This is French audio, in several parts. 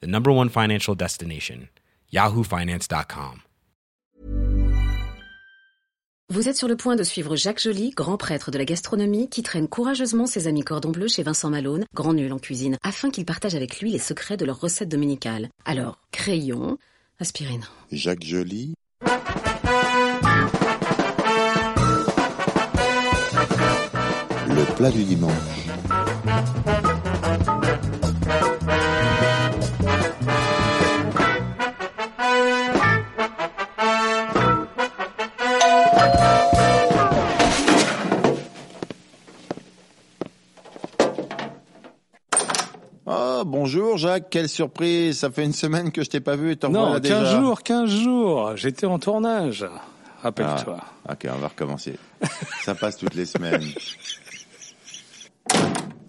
the number one financial destination, yahoofinance.com. Vous êtes sur le point de suivre Jacques Joly, grand prêtre de la gastronomie, qui traîne courageusement ses amis cordon bleu chez Vincent Malone, grand nul en cuisine, afin qu'il partage avec lui les secrets de leurs recettes dominicales. Alors, crayon, aspirine. Jacques Joly, le plat du dimanche. Ah, bonjour Jacques, quelle surprise, ça fait une semaine que je t'ai pas vu et t'en Non, voilà 15 déjà. jours, 15 jours. J'étais en tournage. Rappelle-toi. Ah, ok, on va recommencer. Ça passe toutes les semaines.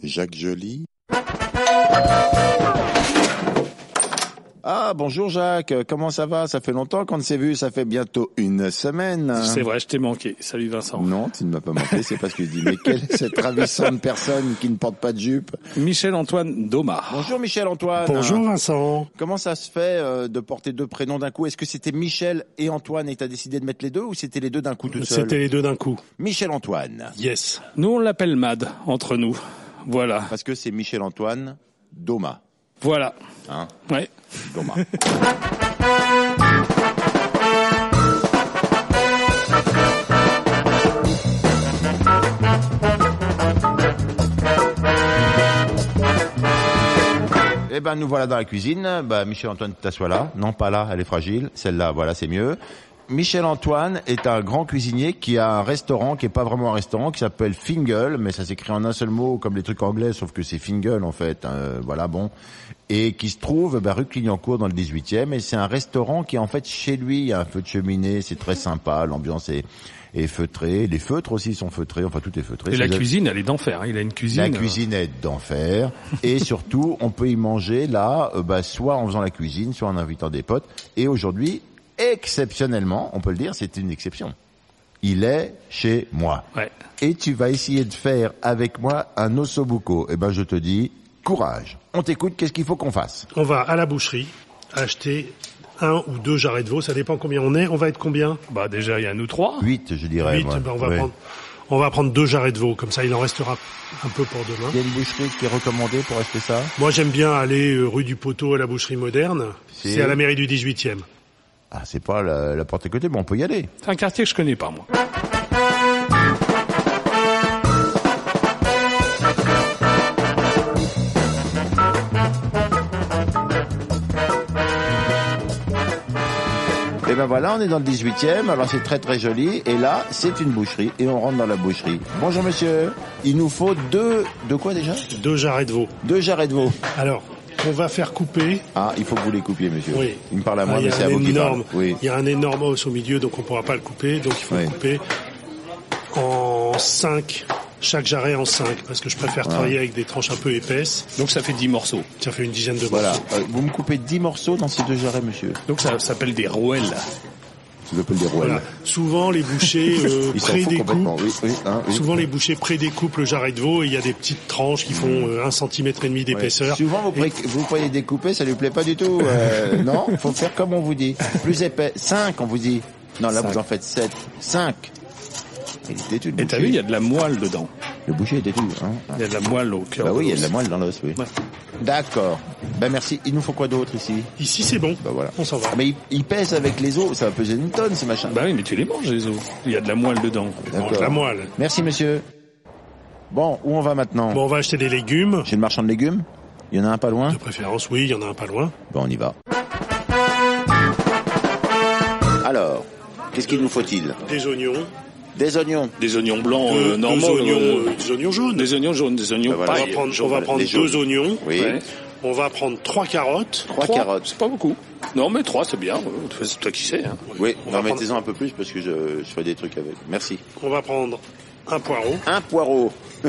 Jacques Joly. Ah, bonjour Jacques, euh, comment ça va Ça fait longtemps qu'on ne s'est vu, ça fait bientôt une semaine. C'est vrai, je t'ai manqué. Salut Vincent. Non, tu ne m'as pas manqué, c'est parce que je dis, mais quelle est cette ravissante personne qui ne porte pas de jupe Michel-Antoine Doma. Bonjour Michel-Antoine. Bonjour Vincent. Comment ça se fait euh, de porter deux prénoms d'un coup Est-ce que c'était Michel et Antoine et t'as décidé de mettre les deux ou c'était les deux d'un coup tout seul C'était les deux d'un coup. Michel-Antoine. Yes. Nous, on l'appelle Mad, entre nous. Voilà. Parce que c'est Michel-Antoine Doma. Voilà. Hein Ouais. Doma. Eh ben nous voilà dans la cuisine. Bah, Michel-Antoine, t'assois là. Non, pas là, elle est fragile. Celle-là, voilà, c'est mieux. Michel-Antoine est un grand cuisinier qui a un restaurant qui est pas vraiment un restaurant qui s'appelle Fingal, mais ça s'écrit en un seul mot comme les trucs anglais, sauf que c'est Fingal en fait. euh, voilà, bon. Et qui se trouve bah, rue Clignancourt dans le 18e. Et c'est un restaurant qui est en fait chez lui. Il y a un feu de cheminée, c'est très sympa. L'ambiance est, est feutrée. Les feutres aussi sont feutrés. Enfin, tout est feutré. Et la C'est- cuisine, elle est d'enfer. hein. Il a une cuisine. la cuisine est d'enfer. Et surtout, on peut y manger là, euh, bah, soit en faisant la cuisine, soit en invitant des potes. Et aujourd'hui, exceptionnellement, on peut le dire, c'est une exception. Il est chez moi. Ouais. Et tu vas essayer de faire avec moi un ossobuco. Eh ben, je te dis, courage. On t'écoute, qu'est-ce qu'il faut qu'on fasse On va à la boucherie acheter un ou deux jarrets de veau, ça dépend combien on est. On va être combien Bah, déjà, il y a nous trois. Huit, je dirais. Huit, moi. ben, on, va Ouais. prendre, on va prendre deux jarrets de veau, comme ça il en restera un peu pour demain. Il y a une boucherie qui est recommandée pour acheter ça Moi j'aime bien aller euh, rue du Poteau à la boucherie moderne, Si. c'est à la mairie du 18e. Ah, c'est pas la, la porte à côté, mais on peut y aller. C'est un quartier que je connais pas, moi. Et ben voilà, on est dans le 18e, alors c'est très très joli, et là, c'est une boucherie, et on rentre dans la boucherie. Bonjour monsieur, il nous faut deux... De quoi déjà Deux jarrets de veau. Deux jarrets de veau. Alors, on va faire couper. Ah, il faut que vous les coupiez monsieur. Oui. Il me parle à moi, Ah, il y mais a c'est à un vous qu'il parle. énorme, Oui. Il y a un énorme os au milieu, donc on pourra pas le couper, donc il faut Oui. le couper en 5, chaque jarret en 5, parce que je préfère travailler avec des tranches un peu épaisses. Donc, ça fait dix morceaux. Ça fait une dizaine de Voilà, morceaux. Euh, vous me coupez 10 morceaux dans ces deux jarrets monsieur. Donc, ça s'appelle des rouelles. Je l'appelle des rouelles. Voilà. Souvent les bouchers euh, Il s'en fout complètement, prédécoupent. oui, oui, hein, oui. Souvent les bouchers prédécoupent le jarret de veau et il y a des petites tranches qui font euh, un centimètre et demi Hmm. Ouais. d'épaisseur. Souvent vous, pré- vous croyez découper, ça lui plaît pas du tout. euh, non, faut faire comme on vous dit. Plus épais, 5 on vous dit. Non, là vous en faites 7. 5. Il était tout Et t'as vu, il y a de la moelle dedans. Le boucher était tout. Hein. Il y a de la moelle au cœur. Bah oui, il y a de l'os. la moelle dans l'os, oui. Ouais. D'accord. Ben merci. Il nous faut quoi d'autre ici Ici c'est bon. Bah voilà. On s'en va. Mais il, il pèse avec les os, ça va peser une tonne ce machin. Bah oui, mais tu les manges, les os. Il y a de la moelle dedans. On mange la moelle. Merci monsieur. Bon, où on va maintenant Bon, on va acheter des légumes. Chez le marchand de légumes Il y en a un pas loin De préférence, oui, il y en a un pas loin. Bon, on y va. Alors, qu'est-ce qu'il nous faut-il Des oignons. euh, Des oignons. Des oignons blancs Deux- euh, normaux. deux oignons, euh, euh, des oignons jaunes. Des oignons jaunes, des oignons Bah voilà. On paille. va prendre, on va les prendre jaunes. deux oignons. Oui. Ouais. On va prendre trois carottes. Trois carottes. C'est pas beaucoup. Non, mais trois, c'est bien. Euh, C'est toi qui sais. hein. Oui, On non, va prendre- mettez-en un peu plus parce que je, je ferai des trucs avec. Merci. On va prendre un poireau. Un poireau.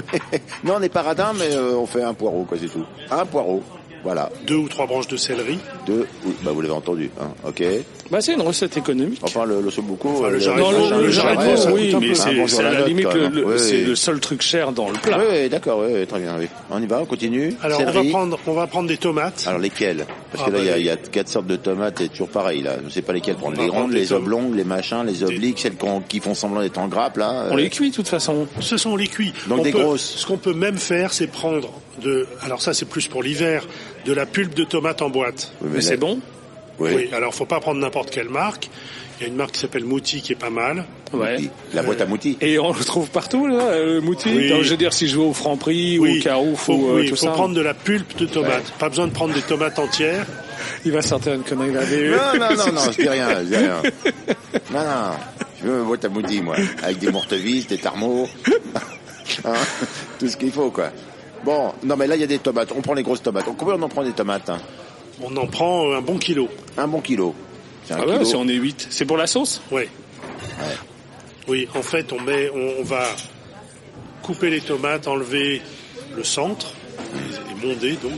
non, on n'est pas radin, mais euh, on fait un poireau, quoi, c'est tout. Un poireau. Voilà. deux ou trois branches de céleri. Deux. Oui, bah, vous l'avez entendu. Hein. OK. Bah, c'est une recette économique. Enfin, le, Ah, le beaucoup. Enfin, le jarret- non, le le, jarret jarret de veau, de ça euh, veau, coûte oui, un peu. mais Un Ah, c'est bon c'est sur à la la note, limite quand le, même. le- Oui, c'est oui. le seul truc cher dans le plat. Oui, oui, d'accord, oui, oui, très bien. oui. On y va, on continue. Alors on va Céleri. prendre, on va prendre des tomates. Alors lesquelles Parce que Ah, là, bah, il y a- les- il y, a quatre sortes de tomates et toujours pareil, là. Je ne sais pas lesquelles prendre. va Les prendre rondes, des les tom- oblongues, les machins, les obliques, celles qu'on- qui font semblant d'être en grappe, là. On Euh, les cuit de toute façon. Ce sont les cuits. Donc On des peut- grosses. Ce qu'on peut même faire, c'est prendre de, alors ça c'est plus pour l'hiver, de la pulpe de tomate en boîte. oui, Mais là- c'est bon. Oui. Oui. Alors faut pas prendre n'importe quelle marque. Il y a une marque qui s'appelle Mouti qui est pas mal. Ouais. Mouti. La boîte à moutis. Et on le trouve partout, là, euh, le mouti. Oui. Donc, je veux dire, si je vais au Franprix ou au Carouf faut, ou euh, oui, tout faut ça, prendre de la pulpe de tomate. Pas besoin de prendre des tomates entières. il va sortir une connerie là. mais- Non, non, non, non, je dis rien, je dis rien. Non, non, je veux ma boîte à moutis, moi, avec des mourtevis, des tarmeaux, Hein, tout ce qu'il faut, quoi. Bon, non, mais là, il y a des tomates, on prend les grosses tomates. Combien on en prend des tomates hein On en prend euh, un bon kilo. Un bon kilo. C'est un Ah ouais, kilo. si on est 8. C'est pour la sauce Ouais. Oui, en fait, on met, on, on va couper les tomates, enlever le centre, les, les monder donc,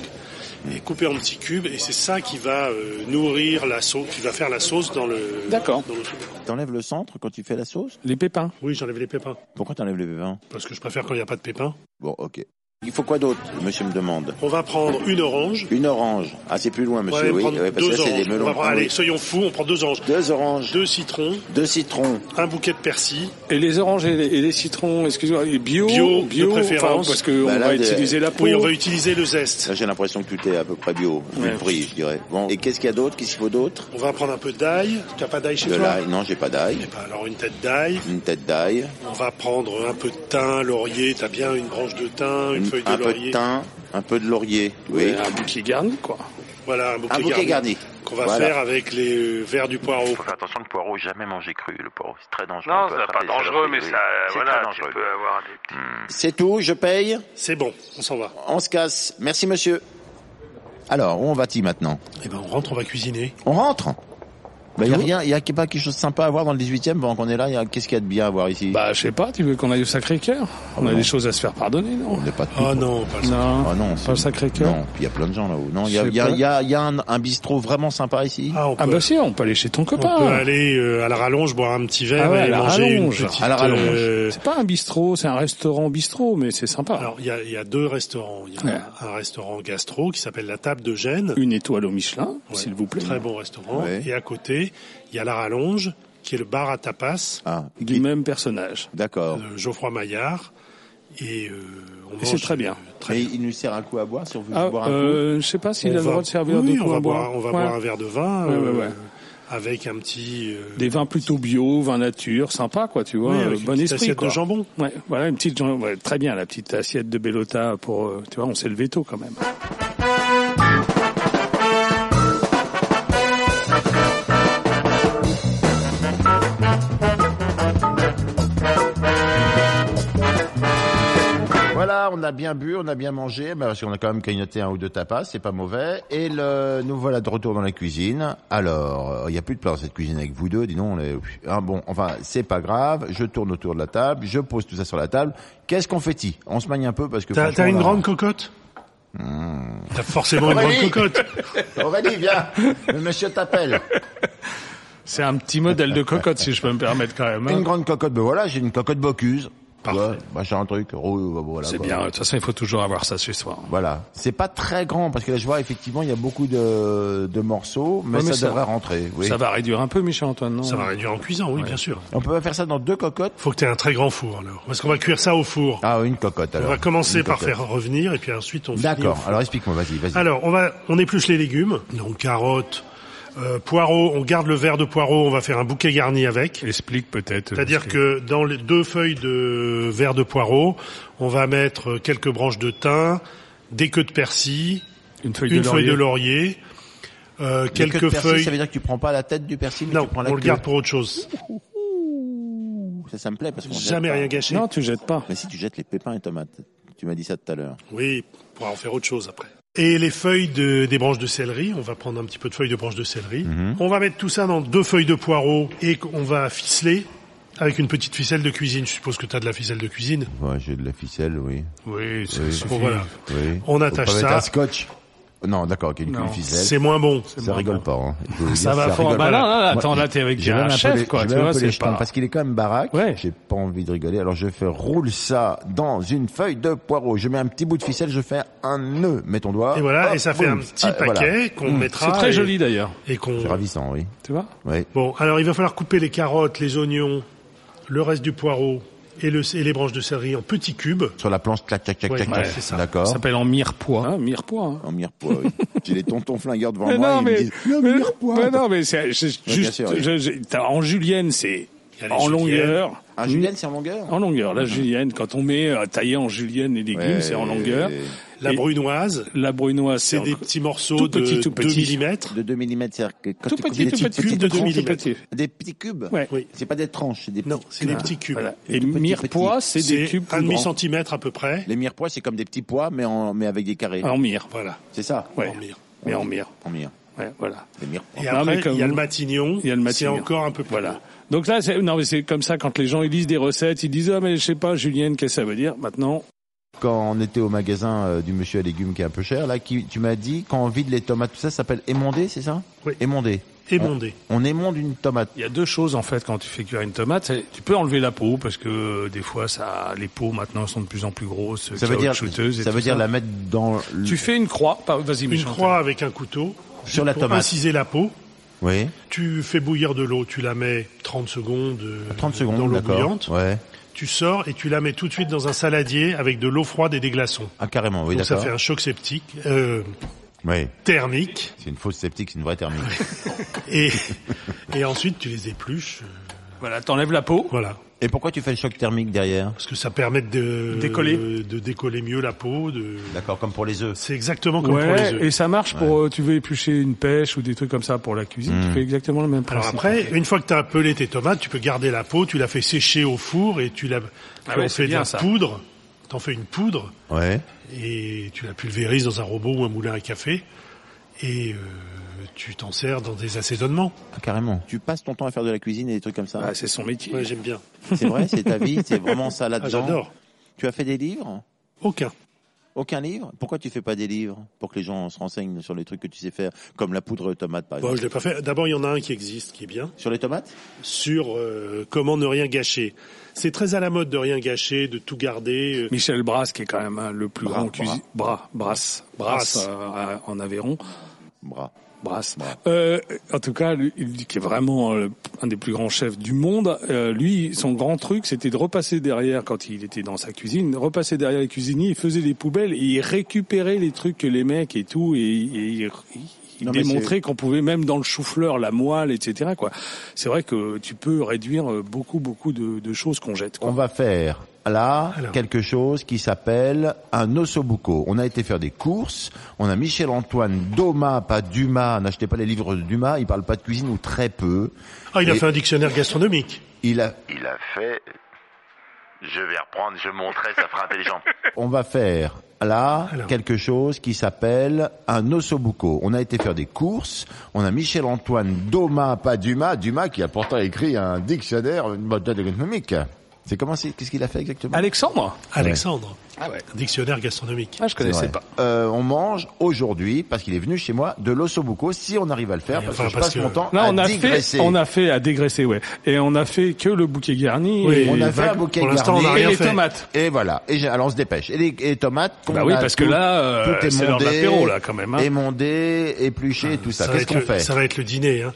et couper en petits cubes, et c'est ça qui va euh, nourrir la sauce, qui va faire la sauce dans le. D'accord. dans le- T'enlèves le centre quand tu fais la sauce Les pépins. Oui, j'enlève les pépins Pourquoi t'enlèves les pépins parce que je préfère quand il n'y a pas de pépins. Bon, ok. Il faut quoi d'autre le Monsieur me demande. On va prendre une orange. Une orange. Ah, c'est plus loin, On va monsieur, aller oui. prendre ouais, parce que deux là, c'est des oranges. On melons. va prendre- Ah, oui. allez, soyons fous, on prend deux oranges, Deux oranges, deux citrons, deux citrons. un bouquet de persil. Et les oranges et les, et les citrons, excusez-moi, et bio, Bio, de enfin, préférence. parce qu'on Bah, là, va des- utiliser la peau. Oui, on va utiliser le zeste. Là, j'ai l'impression que tout est à peu près bio, vu Ouais. le prix, je dirais. Bon, et qu'est-ce qu'il y a d'autre Qu'est-ce qu'il faut d'autre On va prendre un peu d'ail. T'as pas d'ail chez De toi l'ail Non, j'ai pas Eh d'ail. ben, alors une tête d'ail. Une tête d'ail, On va prendre un peu de thym, laurier, t'as bien une branche de thym, une, une- feuille de un peu laurier. de thym, un peu de laurier. Oui. Et Un bouquet garni, quoi. Voilà, un bouquet, Un bouquet garni. qu'on va Voilà. faire avec les euh, vers du poireau. Faut faire attention, le poireau, jamais manger cru, le poireau. C'est très dangereux. Non, On peut c'est pas attraper des dangereux, saloperies, mais oui. ça, C'est voilà, très tu dangereux. Hmm. peux avoir des petits. C'est tout, je paye, C'est bon, on s'en va. on se casse. Merci monsieur. Alors, où on va-t-il maintenant Eh ben on rentre, on va cuisiner. On rentre Ben, il n'y a rien, il y a pas quelque chose de sympa à voir dans le 18e pendant qu'on est là, y a- qu'est-ce qu'il y a de bien à voir ici Bah, je sais pas, tu veux qu'on aille au Sacré-Cœur On a non. des choses à se faire pardonner, ah non On n'est pas de Oh non, pas le Non. Ah non, c'est- pas le Sacré-Cœur Non, puis il y a plein de gens là-haut. Non, il y a, Je sais il y a, pas. il y a- il y a un, un bistrot vraiment sympa ici. Ah, on peut, Ah bah si, on peut aller chez ton on peut copain. aller euh, à la rallonge, boire un petit verre Ah ouais, à et la manger une rallonge. petite... À la rallonge. euh, C'est pas un bistrot, c'est un restaurant bistrot, mais c'est sympa. Alors, il y a, il y a deux restaurants. Il y a Ouais. un restaurant gastro qui s'appelle La Table de Gênes. Une étoile au Michelin, Ouais, s'il vous plaît. Très bon restaurant. Ouais. Et à côté, il y a La Rallonge, qui est le bar à tapas. Ah, Du même personnage. d'accord. de Euh, Geoffroy Maillard. Et euh, on Et c'est mange, très bien. euh, très Mais bien. il nous sert un coup à boire si on veut Ah, boire un coup. euh, je sais pas s'il On a le va- droit de servir oui, des on coups va à boire, on va Ouais. boire un verre de vin Ouais, ouais, euh, ouais. avec un petit euh, Des vins plutôt bio, vins nature, sympa quoi, tu vois, oui, euh, avec une bon petite esprit assiette quoi. de jambon. Ouais, voilà une petite jambe- ouais, très bien la petite assiette de Bellota pour euh, tu vois, on s'est levé tôt quand même. Voilà, on a bien bu, on a bien mangé, bah, parce qu'on a quand même cagnoté un ou deux tapas, c'est pas mauvais. Et le, nous voilà de retour dans la cuisine. Alors, euh, il n'y a plus de place dans cette cuisine avec vous deux, dis donc. les- Ah, bon, enfin, c'est pas grave. Je tourne autour de la table, je pose tout ça sur la table. Qu'est-ce qu'on fait-y On se manie un peu parce que. T'as franchement, t'as une là- grande cocotte Hmm. T'as forcément une Ah, grande oui. cocotte. Aurélie, viens. Le monsieur t'appelle. C'est un petit modèle de cocotte si je peux me permettre quand même. hein. Une grande cocotte, ben voilà, j'ai une cocotte Bocuse. Parfait. Ouais, machin, un truc, roux, bah, voilà. C'est quoi. bien, de toute façon il faut toujours avoir ça chez soi. Voilà. C'est pas très grand, parce que là, je vois, effectivement, il y a beaucoup de, de morceaux, mais, Ouais, mais ça, ça- devrait rentrer, oui. Ça va réduire un peu Michel Antoine, non Ça va réduire en cuisant, oui, bien sûr. On peut faire ça dans deux cocottes Faut que t'aies un très grand four alors. Parce qu'on va cuire ça au four. Ah, une cocotte, on alors. va commencer Une par cocotte. faire revenir et puis ensuite on finit au D'accord. four. Alors, explique-moi, vas-y, vas-y. Alors, on va, on épluche les légumes, donc carottes, euh, poireaux. On garde le verre de poireaux. On va faire un bouquet garni avec. Explique peut-être. euh, C'est-à-dire parce que dans les deux feuilles de verre de poireaux, on va mettre quelques branches de thym, des queues de persil, une feuille une de laurier. feuille de laurier, euh, Les queues de quelques persil, feuilles. Ça veut dire que tu prends pas la tête du persil, mais Non, tu prends la on le queue. garde pour autre chose. Ça, ça me plaît, parce qu'on jette Jamais pas. rien gâché. Non, tu jettes pas. Mais si tu jettes les pépins et tomates. Tu m'as dit ça tout à l'heure. Oui, pour en faire autre chose après. Et les feuilles de, des branches de céleri, on va prendre un petit peu de feuilles de branches de céleri. Mhm. On va mettre tout ça dans deux feuilles de poireaux et on va ficeler avec une petite ficelle de cuisine. Je suppose que tu as de la ficelle de cuisine. Ouais, j'ai de la ficelle, oui. Oui, c'est Oui. bon, voilà. Oui. On Faut attache pas mettre ça. Un scotch. Non, d'accord, ok, une Non. ficelle. C'est moins bon. Ça rigole pas. Hein. Je peux vous Ça dire, va fort. rigole Bah pas. là, là, Moi, attends, là, t'es avec J'ai même un un peu les- chef, quoi. j'ai Tu même vois, un peu les c'est jetons, pas. parce qu'il est quand même baraque. Ouais. J'ai pas envie de rigoler. Alors je fais roule ça dans une feuille de poireau. Je mets un petit bout de ficelle, je fais un nœud. Mets ton doigt. Et voilà, Hop, et ça fait un boum. petit Ah, paquet voilà. qu'on Mmh. mettra. C'est très et- joli d'ailleurs. Et qu'on. C'est ravissant, oui. Tu vois Oui. Bon, alors il va falloir couper les carottes, les oignons, le reste du poireau et, le, et les branches de céleri en petits cubes. Sur la planche, clac, clac, clac, Ouais, clac, ouais, clac. c'est ça. D'accord. Ça s'appelle en mirepoix. Hein, mirepoix. Hein. En mirepoix, oui. J'ai les tontons flingueurs devant Mais moi. non, ils me mais, disent, Non, mais- mirepoix. mais non, mais c'est c'est bien juste, sûr, oui. je- je- t'as- en julienne, c'est Il y a les en juliennes. longueur. Un julienne, Ah, c'est en hein longueur. En longueur, la julienne, quand on met euh, taillé en julienne les légumes, Ouais. c'est en longueur. La Et brunoise, La brunoise, c'est c'est en- des petits morceaux tout de petit, tout 2 petit. mm. De 2 mm, c'est-à-dire que quand Tout tu coupes petit, des tout petites- petit, petites de deux tranches, millimètres. petit. Des petits cubes. Ouais. Oui. C'est pas des tranches, c'est des Non, petits c'est des cubes. petits cubes. Voilà. Des Et tout petits, mirepoix, c'est des C'est cubes un plus demi grands. centimètre à peu près. Les mirepois, c'est comme des petits pois, mais, en, mais avec des carrés. En mire, Voilà. C'est ça ouais. en mire. Mais en mire, En mire. ouais, voilà. Les mirepois. Et Non, Ah, mais après, comme- il y a le matignon. Il y a le matignon. C'est encore un peu plus. Voilà. Donc là, c'est, non, mais c'est comme ça quand les gens ils lisent des recettes, ils disent ah mais je sais pas julienne qu'est-ce que ça veut dire. Maintenant, Quand on était au magasin euh, du monsieur à légumes qui est un peu cher, là, qui, tu m'as dit, quand on vide les tomates, tout ça, ça s'appelle émonder, c'est ça Oui. Émonder. Émondé. Ah. On émonde une tomate. Il y a deux choses en fait quand tu fais cuire une tomate. C'est- Tu peux enlever la peau parce que euh, des fois ça, les peaux maintenant sont de plus en plus grosses, Ça veut dire, caoutchouteuses et ça tout veut dire la mettre dans le- Tu fais une croix. pas- Vas-y, Une Michel, croix avec un couteau. sur la pour tomate. inciser la peau. Oui. Tu fais bouillir de l'eau. Tu la mets 30 secondes. euh, 30 Dans secondes, l'eau d'accord. bouillante. Ouais. Tu sors et tu la mets tout de suite dans un saladier avec de l'eau froide et des glaçons. Ah, carrément, oui, Donc ça d'accord. fait un choc septique, euh, Oui. thermique. C'est une fausse sceptique, c'est une vraie thermique. Et, et ensuite, tu les épluches. euh, Voilà, t'enlèves la peau. Voilà. Et pourquoi tu fais le choc thermique derrière Parce que ça permet de Décoller. de décoller mieux la peau. De... D'accord, comme pour les œufs. C'est exactement comme pour les ouais, œufs. et ça marche pour euh, tu veux éplucher une pêche ou des trucs comme ça pour la cuisine, Hmm. tu fais exactement le même Alors principe. après, une fois que tu as pelé tes tomates, tu peux garder la peau, tu la fais sécher au four et tu la tu Ah en ouais, c'est fais de bien, la ça. poudre, t'en fais une poudre Ouais. et tu la pulvérises dans un robot ou un moulin à café et euh, tu t'en sers dans des assaisonnements. Ah, carrément. Tu passes ton temps à faire de la cuisine et des trucs comme ça. Ah, c'est son métier. Ouais, j'aime bien. C'est vrai, c'est ta vie, c'est vraiment ça Ah, là-dedans. j'adore. tu as fait des livres Aucun. Aucun livre Pourquoi tu fais pas des livres Pour que les gens se renseignent sur les trucs que tu sais faire, comme la poudre tomate par Bon, exemple. je l'ai pas fait. D'abord, il y en a un qui existe, qui est bien, Sur les tomates sur euh, comment ne rien gâcher. C'est très à la mode de rien gâcher, de tout garder. euh, Michel Brasse, qui est quand même hein, le plus Bras, grand cuisinier. Bras, Brasse, Brasse, euh, à- en Aveyron, Bras. Brasse. Bras. Euh, en tout cas, lui, il- qui est vraiment euh, un des plus grands chefs du monde, euh, lui, son grand truc, c'était de repasser derrière, quand il était dans sa cuisine, repasser derrière les cuisiniers, il faisait des poubelles et il récupérait les trucs que les mecs et tout, et, et il... il- il Non, mais démontrait qu'on pouvait même dans le chou-fleur, la moelle, etc. Quoi. C'est vrai que tu peux réduire euh, beaucoup, beaucoup de, de choses qu'on jette. Quoi. On va faire là Alors. quelque chose qui s'appelle un ossobuco. On a été faire des courses, on a Michel-Antoine Doma, pas Dumas, n'achetez pas les livres de Dumas, il parle pas de cuisine ou très peu. Ah, il a Et fait un dictionnaire gastronomique. Il a Il a fait. Je vais reprendre, je montrerai, ça fera intelligent. On va faire là Alors. quelque chose qui s'appelle un ossobuco. On a été faire des courses, on a Michel-Antoine Doma, pas Dumas, Dumas qui a pourtant écrit un dictionnaire, une méthode économique. C'est comment c'est qu'est-ce qu'il a fait exactement Alexandre. Alexandre. Ah Dictionnaire gastronomique. Ah, je C'est connaissais vrai. pas. Euh, on mange aujourd'hui parce qu'il est venu chez moi de l'ossobuco si on arrive à le faire parce enfin, que je parce passe que- mon temps Non, à on a digresser. fait, on a fait à dégraisser, ouais. Et on a fait que le bouquet garni. Oui, et On a fait vague- un bouquet pour l'instant, on garni. a et rien les fait. tomates. Et voilà. Et j'ai- alors on se dépêche. Et les, et les tomates. qu'on Bah oui, a parce que tout- là, euh, tout est c'est l'heure de mondé, l'apéro, là, quand même, hein. Émondé, épluché, tout ça. va Qu'est-ce être qu'on le- fait ça va être le dîner. hein.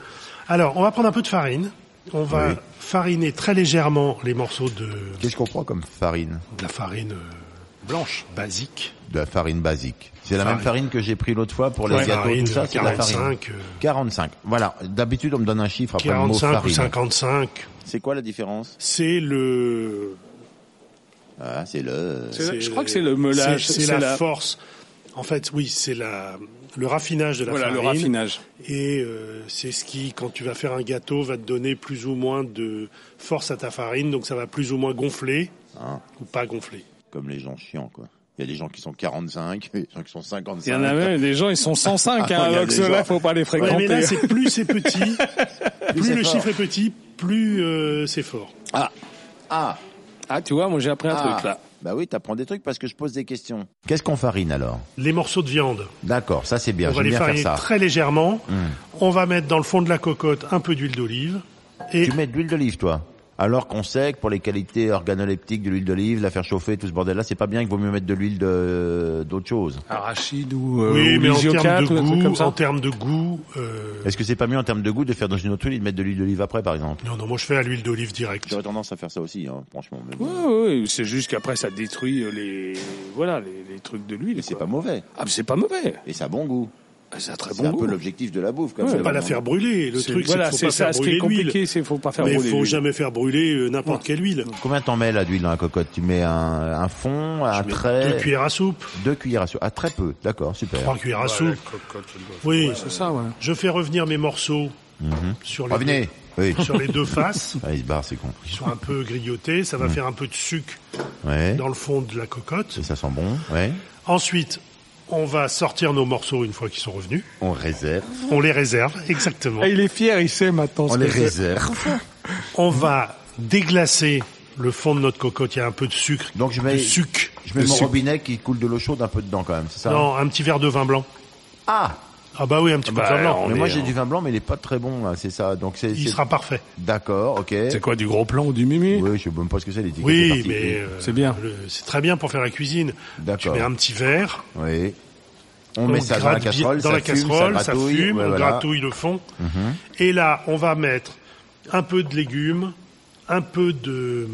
Alors, on va prendre un peu de farine. On va Oui. fariner très légèrement les morceaux de, Qu'est-ce qu'on prend comme farine de la farine euh, blanche, basique. De la farine basique. C'est la Farine. même farine que j'ai pris l'autre fois pour les Ouais, gâteaux, farine, tout ça, c'est de la farine. 45, euh, 45. Voilà. D'habitude, on me donne un chiffre après le mot 45 ou farine. 55, C'est quoi la différence c'est le... Ah, c'est le... C'est- je crois que c'est le meulage, C'est c'est c'est la, la- force. En fait, oui, c'est la le raffinage de la Voilà, le farine. raffinage. Et euh, c'est ce qui, quand tu vas faire un gâteau, va te donner plus ou moins de force à ta farine. Donc ça va plus ou moins gonfler Hein, ou pas gonfler. comme les gens chiants, quoi. Il Il y a des gens qui sont 45, il y a des gens qui sont 55. Il y en a même des gens, ils sont 105, Ah, hein, il y a alors que des ceux-là, gens. faut pas les Ouais, fréquenter. mais là, c'est plus c'est petit, c'est plus le fort. chiffre est petit, plus euh, c'est fort. Ah, ah, Ah, tu vois, moi, j'ai appris un ah. truc, là. Bah oui, t'apprends des trucs parce que je pose des questions. Qu'est-ce qu'on farine alors Les morceaux de viande, D'accord, ça c'est bien, on va j'aime les bien faire fariner ça. Hmm. très légèrement. On va mettre dans le fond de la cocotte un peu d'huile d'olive. Et Tu mets de l'huile d'olive, toi alors qu'on sait que pour les qualités organoleptiques de l'huile d'olive, la faire chauffer, tout ce bordel-là, c'est pas bien. Il vaut mieux mettre de l'huile de- d'autre chose. Arachide ou, euh, oui, ou mais en termes lysiocate ou de un truc comme goût, ça. en termes de goût, euh, Est-ce que c'est pas mieux en termes de goût de faire dans une autre huile et de mettre de l'huile d'olive après, par exemple non, non, moi je fais à l'huile d'olive directe. J'aurais tendance à faire ça aussi, hein, franchement. mais Ouais, bon. ouais, ouais, c'est juste qu'après, ça détruit euh, les, voilà, les, les trucs de l'huile. Mais c'est quoi. pas mauvais. Ah, mais c'est pas mauvais. Et ça a bon goût. Ah, C'est un très C'est bon un goût. peu l'objectif de la bouffe. Comme Ouais, ça. Faut pas la faire brûler. Le C'est- truc, voilà, c'est qu'il c'est faut pas ça, faire ce qui est brûler l'huile. compliqué, c'est faut pas faire Mais brûler faut l'huile. jamais faire brûler euh, n'importe quelle huile. Combien t'en mets là d'huile dans la cocotte Tu mets un, un fond, un trait, Deux cuillères à soupe, deux cuillères à soupe. Ah, très peu, d'accord, super. trois cuillères à Ouais, la soupe. cocotte, elle doit- Oui, C'est ça, ouais. je fais revenir mes morceaux sur les Mhm. Revenez Oui. sur les deux faces, Ah, il se barre, c'est con. qui sont un peu grillotées. Ça va Mhm. faire un peu de sucre Ouais. dans le fond de la cocotte. Et ça sent bon, ouais. Ensuite, on va sortir nos morceaux une fois qu'ils sont revenus. On réserve. On les réserve, exactement. Ah, il est fier, il sait maintenant On ce les que c'est. réserve. On va déglacer le fond de notre cocotte. Il y a un peu de sucre. Donc je mets, de sucre. je mets De mon sucre. robinet qui coule de l'eau chaude un peu dedans quand même, c'est ça hein Non, un petit verre de vin blanc. Ah Ah bah oui, un petit peu Bah, de vin blanc. on Mais moi est j'ai en- du vin blanc mais il est pas très bon, là, c'est ça. Donc c'est... euh, Il c'est- sera parfait. D'accord, ok. C'est quoi, du gros plan ou du mimi Oui, je sais même pas ce que c'est l'étiquette. est Oui, partie. mais euh, C'est bien. le- C'est très bien pour faire la cuisine. Tu D'accord. mets un petit verre. Oui. On, on met ça dans la gratte bien- casserole, dans ça la fume, casserole, ça gratouille. fume, ouais, on voilà. Mhm. gratouille le fond. Et là, on va mettre un peu de légumes, un peu de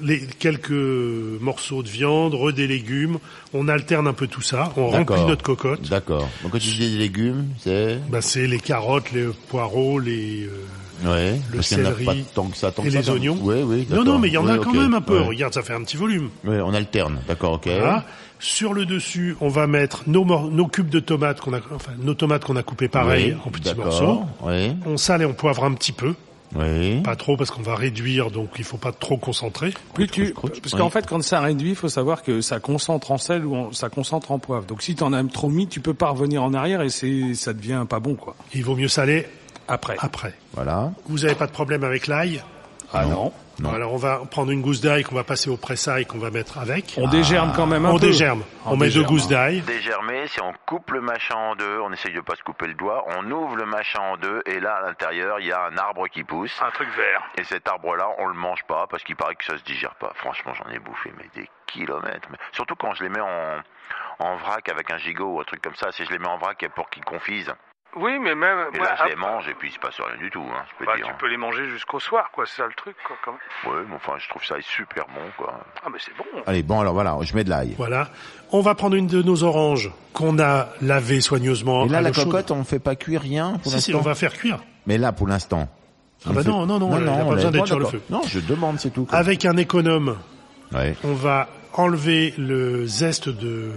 les, quelques morceaux de viande, re des légumes. On alterne un peu tout ça. On remplit D'accord. notre cocotte. D'accord. Donc quand tu dis des légumes, c'est... Bah, c'est les carottes, les poireaux, les euh, Ouais, le parce qu'il y en a céleri pas tant que ça, tant et que ça, les dans- oignons. Oui, oui. non, non, mais il y en a quand même un peu. Oui, Regarde, ça fait un petit volume. on alterne, d'accord, ok. Voilà. Ah. Sur le dessus, on va mettre nos, mor- nos cubes de tomates qu'on a, enfin, nos tomates qu'on a coupées pareil Oui, en petits d'accord, morceaux. Oui, On sale et on poivre un petit peu. oui. Pas trop parce qu'on va réduire, donc il faut pas trop concentrer. Plus tu, croûte, croûte, parce oui. qu'en fait, quand ça réduit, il faut savoir que ça concentre en sel ou en- ça concentre en poivre. Donc, si t'en as trop mis, tu peux pas revenir en arrière et c'est, ça devient pas bon, quoi. Il vaut mieux saler Après. après. Voilà. Vous avez pas de problème avec l'ail Ah non. bah Non. Alors on va prendre une gousse d'ail qu'on va passer au pressail qu'on va mettre avec. On dégerme quand même un on peu. dégerme. On, met deux dégerme, gousses hein. d'ail. Dégermer, c'est on coupe le machin en deux, on essaye de pas se couper le doigt, on ouvre le machin en deux, et là, à l'intérieur, il y a un arbre qui pousse. Un truc vert. Et cet arbre-là, on le mange pas parce qu'il paraît que ça se digère pas. Franchement, j'en ai bouffé mais des kilomètres. Mais surtout quand je les mets en, en vrac avec un gigot ou un truc comme ça, si je les mets en vrac pour qu'ils confisent. Oui, mais même. Et là, je les mange et puis il se passe rien du tout, hein, je peux Bah, dire. tu peux les manger jusqu'au soir, quoi. C'est ça le truc, quoi. Quand même. Ouais, mais enfin, je trouve ça super bon, quoi. Ah, mais c'est bon. Allez, bon, alors voilà, je mets de l'ail. Voilà. On va prendre une de nos oranges qu'on a lavées soigneusement. Et à là, la l'eau Ah, chaude. cocotte, on fait pas cuire rien pour Si, si, l'instant on va faire cuire. Mais là, pour l'instant. Ah on bah fait- non, non, non, elle a pas on besoin l'a- d'être sur le d'accord. feu. Non, je demande, c'est tout. quoi. Avec un économe, Ouais. on va enlever le zeste de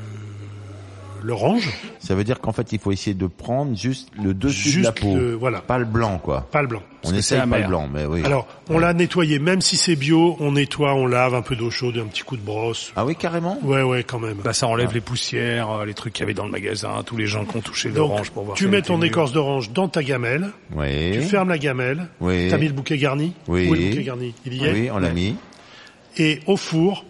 l'orange, Ça veut dire qu'en fait, il faut essayer de prendre juste le dessus de la juste peau. le, voilà, Pas le blanc, quoi. pas le blanc. On que c'est essaye pas le amer. blanc, mais oui. Alors, on l'a nettoyé, même si c'est bio, on nettoie, on lave, un peu d'eau chaude, un petit coup de brosse. Ah oui, carrément Ouais, ouais, quand même. Bah, ça enlève les poussières, euh, les trucs qu'il y avait dans le magasin, tous les gens qui ont touché Donc, l'orange pour voir. tu si elle mets était ton mûre. écorce d'orange dans ta gamelle, Oui. tu fermes la gamelle, Oui. t'as mis le bouquet garni Oui. Où est le bouquet garni Il y est Oui, on l'a mis. Et au four,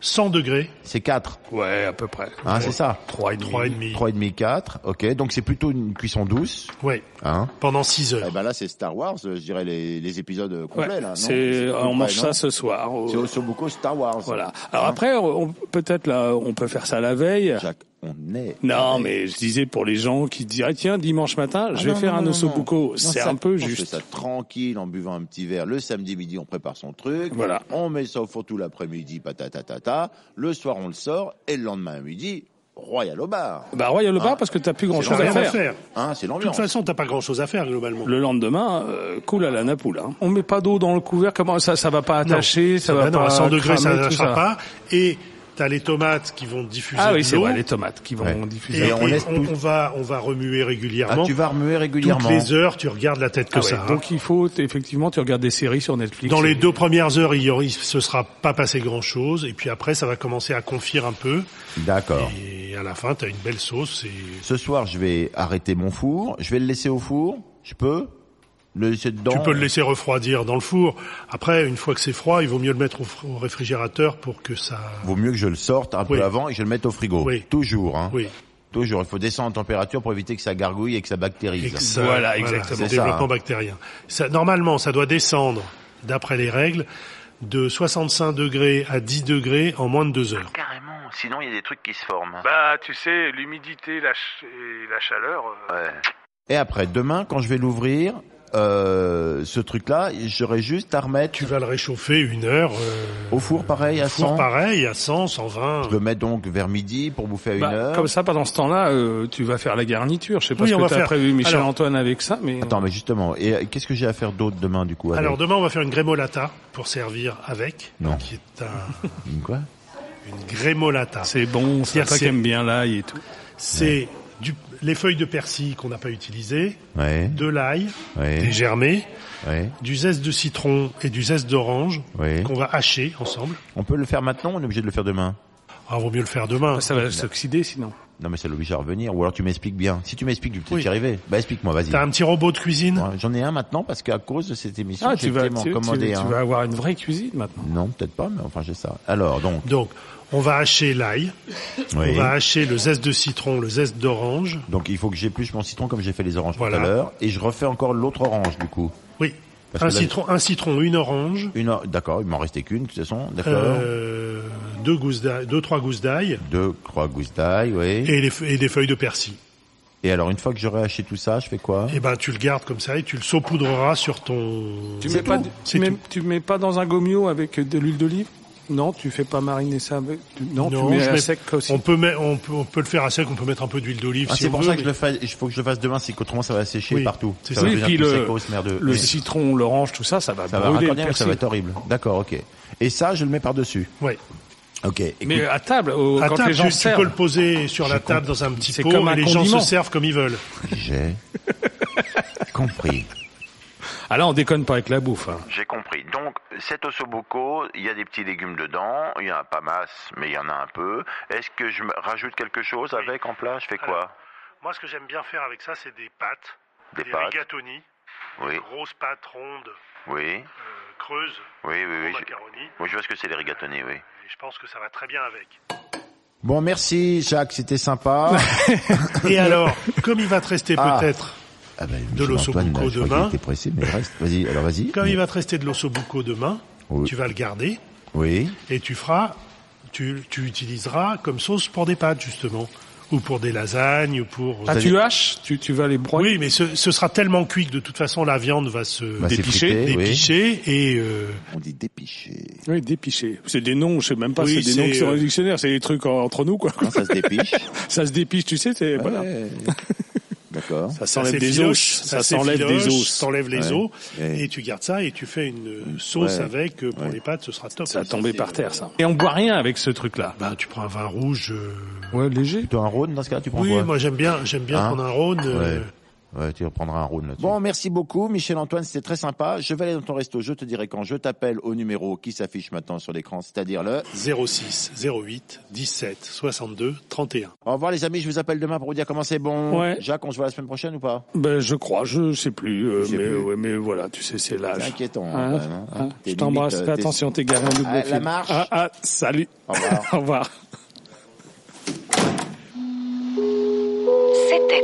100 degrés, C'est 4. Ouais, à peu près. Hein, c'est ça. Trois et demi. 3,5. 3,5, 4. Ok, donc c'est plutôt une cuisson douce. Ouais, Hein pendant 6 heures. Ah, Eh ben là, c'est Star Wars, euh, je dirais les, les épisodes euh, complets. Ouais, là, non c'est, euh, on Ouais, mange non ça ce soir. C'est aussi beaucoup Star Wars. Hein? Voilà. Alors après, on- peut-être là, on peut faire ça la veille. Jacques, on est. Non, mais je disais pour les gens qui diraient Ah, tiens dimanche Ah matin, je vais faire un ossobuco. C'est un peu On fait ça juste. tranquille en buvant un petit verre. Le samedi midi, on prépare son truc. Voilà. On met ça au four tout l'après-midi, patatatata. Le soir, on le sort. Et le lendemain à midi, royal au bar. Bah Royal au Ah. bar parce que t'as plus grand C'est T'as chose à rien à faire. faire. Hein, c'est De toute l'ambiance. façon, t'as pas grand chose à faire, globalement. Le lendemain, euh, cool à la napoule. Hein. On met pas d'eau dans le couvert. Comment ça, ça va pas attacher, ça Ah va non, pas à 100 degrés, ça cramer, tout n'arrachera pas. Et T'as les tomates qui vont diffuser Ah oui, de c'est l'eau. vrai, les tomates qui vont Ouais. diffuser. Et, Et on et laisse on, tout- on va, on va remuer Ah, régulièrement. tu vas remuer régulièrement. Toutes les heures, tu regardes la tête que Ah ouais, ça. a. Donc il faut effectivement, tu regardes des séries sur Netflix. Dans les deux premières heures, il y aura- il se sera pas passé grand chose, et puis après, ça va commencer à confire un peu, D'accord. et à la fin, t'as une belle sauce. Et... Ce soir, je vais arrêter mon four. Je vais le laisser au four. Je peux le laisser dedans. Tu peux le laisser refroidir dans le four. Après, une fois que c'est froid, il vaut mieux le mettre au, fr- au réfrigérateur pour que ça. Vaut mieux que je le sorte un Oui. peu avant et que je le mette au frigo. Oui. Toujours. Hein. Oui. Toujours. Il faut descendre en température pour éviter que ça gargouille et que ça bactérise. Et que ça- Voilà, exactement. c'est le C'est ça, développement hein. bactérien. Ça, normalement, ça doit descendre, d'après les règles, de 65 degrés à 10 degrés en moins de deux heures. Carrément, sinon il y a des trucs qui se forment. Bah, tu sais, l'humidité la ch- et la chaleur. euh, Ouais. Et après, demain, quand je vais l'ouvrir, euh, ce truc-là, j'aurai juste à remettre Tu vas le réchauffer une heure. euh, au four pareil à au four 100. pareil, à 100, 120. Je le mets donc vers midi pour bouffer à une Bah, heure. comme ça, pendant ce temps-là, euh, tu vas faire la garniture. Je sais pas Oui, ce on que va t'as faire- prévu, Michel Alors- Antoine, avec ça, mais Attends, mais justement, et euh, qu'est-ce que j'ai à faire d'autre demain du coup avec Alors demain, on va faire une grémolata pour servir avec, Non. qui est un, Quoi une grémolata. c'est bon. C'est C'est-à-dire toi qui c'est- aimes bien l'ail et tout. C'est du- les feuilles de persil qu'on n'a pas utilisées, Ouais, de l'ail, ouais, des germées, ouais, du zeste de citron et du zeste d'orange ouais. qu'on va hacher ensemble. On peut le faire maintenant ou on est obligé de le faire demain Ah, vaut mieux le faire demain. Ça va s'oxyder sinon. Non mais ça l'oblige à revenir, ou alors tu m'expliques bien. Si tu m'expliques, tu peux Oui. y arriver. Bah explique-moi, vas-y. T'as un petit robot de cuisine Moi, J'en ai un maintenant parce qu'à cause de cette émission, Ah, j'ai tu été vas, m'en tu, tu- commander tu un. vas avoir une vraie cuisine maintenant. Non, peut-être pas, mais enfin j'ai ça. Alors donc, Donc, on va hacher l'ail, oui. on va hacher le zeste de citron, le zeste d'orange. donc il faut que j'épluche mon citron comme j'ai fait les oranges tout Voilà. à l'heure, et je refais encore l'autre orange du coup. Oui, Parce un que là- citron, un citron, une orange, Une, or- d'accord, il m'en restait qu'une de toute façon, d'accord. euh, deux gousses d'ail, deux trois gousses d'ail Deux croix gousses d'ail, oui. et, les fe- et des feuilles de persil. Et... alors une fois que j'aurai haché tout ça, je fais quoi Et ben, tu le gardes comme ça et tu le saupoudreras sur ton. Tu C'est mets pas, tout, de- c'est tu mets, tout. tu mets pas dans un gomio avec de l'huile d'olive. Non, tu fais pas mariner ça avec. tu- non, Non, tu mets je à mets- sec aussi. On peut, mettre, on, peut, on peut le faire à sec, on peut mettre un peu d'huile d'olive Ah, si c'est on pour veut, ça que je mais le fais, il faut que je le fasse demain, c'est qu'autrement ça va sécher Oui, partout. c'est ça ça. va Oui, devenir puis plus le- secos, merdeux. Le Oui. citron, l'orange, tout ça, ça va Ça va brûler le raccordir, ça va persil. être horrible. D'accord, ok. Et ça, je le mets par-dessus. Ouais. Ok. écoute, Mais à table, au- À quand table, les tu, gens tu servent, peux le poser sur la table dans un petit C'est pot comme et un les gens condiment. se servent comme ils veulent. j'ai compris. Ah là, on déconne pas avec la bouffe. hein. J'ai compris. Donc, cet ossobuco, il y a des petits légumes dedans, il y en a pas masse, mais il y en a un peu. Est-ce que je me- rajoute quelque chose avec en plat Je fais quoi Moi, ce que j'aime bien faire avec ça, c'est des pâtes, Des pâtes rigatoni, Oui, grosses pâtes rondes, euh, oui, creuses, oui, oui, oui. Je, macaroni. oui, je vois ce que c'est les rigatoni, oui. Et je pense que ça va très bien avec. Bon, merci Jacques, c'était sympa. Et alors, comme il va te rester Ah. peut-être, Ah ben, De l'ossobuco Antoine, je crois demain. qu'il était pressé, mais reste. Vas-y, alors vas-y. comme il va te rester de l'ossobuco demain, Oui. tu vas le garder Oui. et tu feras, tu, tu utiliseras comme sauce pour des pâtes justement, ou pour des lasagnes, ou pour. Ah, tu haches, tu, tu vas les broyer. Oui, mais ce, ce sera tellement cuit que de toute façon la viande va se Bah, c'est dépicher, frité, oui. dépicher et euh, On dit dépiché. Oui, dépiché. C'est des noms, je sais même pas, Oui, c'est Hein. des noms c'est, qui sont dans euh, le dictionnaire, c'est des trucs en- entre nous, quoi. Non, ça se dépiche. Ça se dépiche, tu sais, c'est, voilà. Ouais. D'accord. Ça ça s'enlève des s'effiloche, os. Ça s'effiloche, s'enlève des os. T'enlèves les Ouais. os Ouais. et tu gardes ça et tu fais une euh, sauce Ouais. avec euh, pour Ouais. les pâtes, ce sera top. Ça a tombé par terre, ça. Et on boit rien avec ce truc-là. Bah, tu prends un vin rouge. euh, Ouais, léger. Plutôt un Rhône dans ce cas-là, tu prends Oui, quoi moi j'aime bien, j'aime bien Hein prendre un Rhône. euh, Ouais. Ouais, tu reprendras un round là-dessus. Bon, merci beaucoup, Michel-Antoine, c'était très sympa. Je vais aller dans ton resto, je te dirai quand je t'appelle au numéro qui s'affiche maintenant sur l'écran, c'est-à-dire le... 06 08 17 62 31. Au revoir les amis, je vous appelle demain pour vous dire comment c'est bon. Ouais. Jacques, on se voit la semaine prochaine ou pas Ben, je crois, je sais plus, euh, Je sais mais, plus. ouais, mais voilà, tu sais, c'est C'est l'âge. inquiétant. hein, quand Hein, même, hein. hein. T'es je t'embrasse, limite, fais euh, t'es- attention, t'es garé en double Ah, la fil. marche. Ah, ah, salut. Au revoir. Au revoir. C'était